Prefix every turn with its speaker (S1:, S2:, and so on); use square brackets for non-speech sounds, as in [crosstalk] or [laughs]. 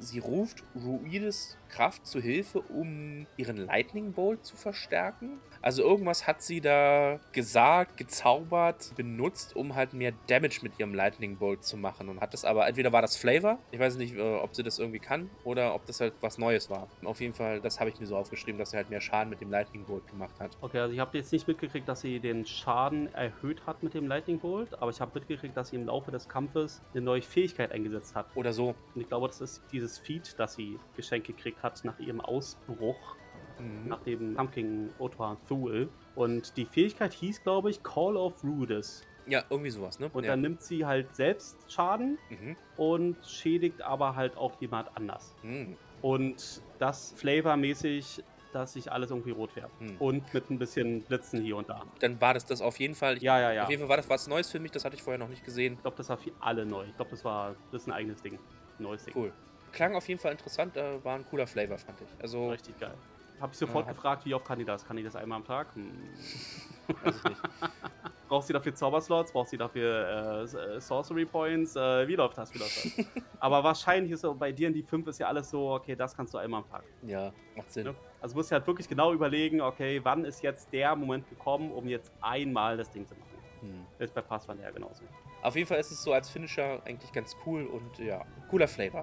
S1: Sie ruft Ruides Kraft zu Hilfe, um ihren Lightning Bolt zu verstärken. Also irgendwas hat sie da gesagt, gezaubert, benutzt, um halt mehr Damage mit ihrem Lightning Bolt zu machen. Und hat das aber, entweder war das Flavor, ich weiß nicht, äh, ob sie das irgendwie kann, oder ob das halt was Neues war. Auf jeden Fall, das habe ich mir so aufgeschrieben, dass sie halt mehr Schaden mit dem Lightning Bolt gemacht hat.
S2: Okay, also ich habe jetzt nicht mitgekriegt, dass sie den Schaden erhöht hat mit dem Lightning Bolt, aber ich habe mitgekriegt, dass sie im Laufe des Kampfes eine neue Fähigkeit eingesetzt hat.
S1: Oder so.
S2: Und ich glaube, das ist dieses Feed, das sie geschenkt gekriegt hat nach ihrem Ausbruch,
S1: Mhm.
S2: nach dem Kampf gegen Otoa Thule. Und die Fähigkeit hieß, glaube ich, Call of Rudes.
S1: Ja, irgendwie sowas, ne?
S2: Und
S1: ja.
S2: dann nimmt sie halt selbst Schaden
S1: Mhm.
S2: und schädigt aber halt auch jemand anders.
S1: Mhm.
S2: Und das flavormäßig, dass sich alles irgendwie rot färbt.
S1: Hm.
S2: Und mit ein bisschen Blitzen hier und da.
S1: Dann war das das auf jeden Fall. Ich,
S2: Ja, ja, ja.
S1: Auf jeden
S2: Ich
S1: Fall war das was Neues für mich, das hatte ich vorher noch nicht gesehen.
S2: glaube, das war für alle neu. Ich glaube, das war das ist ein eigenes Ding. Ein Neues Ding.
S1: Cool. Klang auf jeden Fall interessant, äh, war ein cooler Flavor, fand ich. Also,
S2: Richtig geil. Habe ich sofort
S1: Ja, hat-
S2: gefragt, wie oft kann die das? Kann die das einmal am Tag? Hm.
S1: weiß ich nicht.
S2: Braucht sie dafür Zauberslots? Braucht sie dafür äh, S- äh, Sorcery Points? Äh, wie läuft das? Wie läuft
S1: [laughs]
S2: das? Aber wahrscheinlich ist so bei dir in die 5 ist ja alles so, okay, das kannst du einmal am Tag.
S1: [laughs] Ja, macht Sinn.
S2: Ne? Also musst du halt wirklich genau überlegen, okay, wann ist jetzt der Moment gekommen, um jetzt einmal das Ding zu machen.
S1: Hm.
S2: Ist bei Pathfinder ja genauso.
S1: Auf jeden Fall ist es so als Finisher eigentlich ganz cool und ja, cooler Flavor.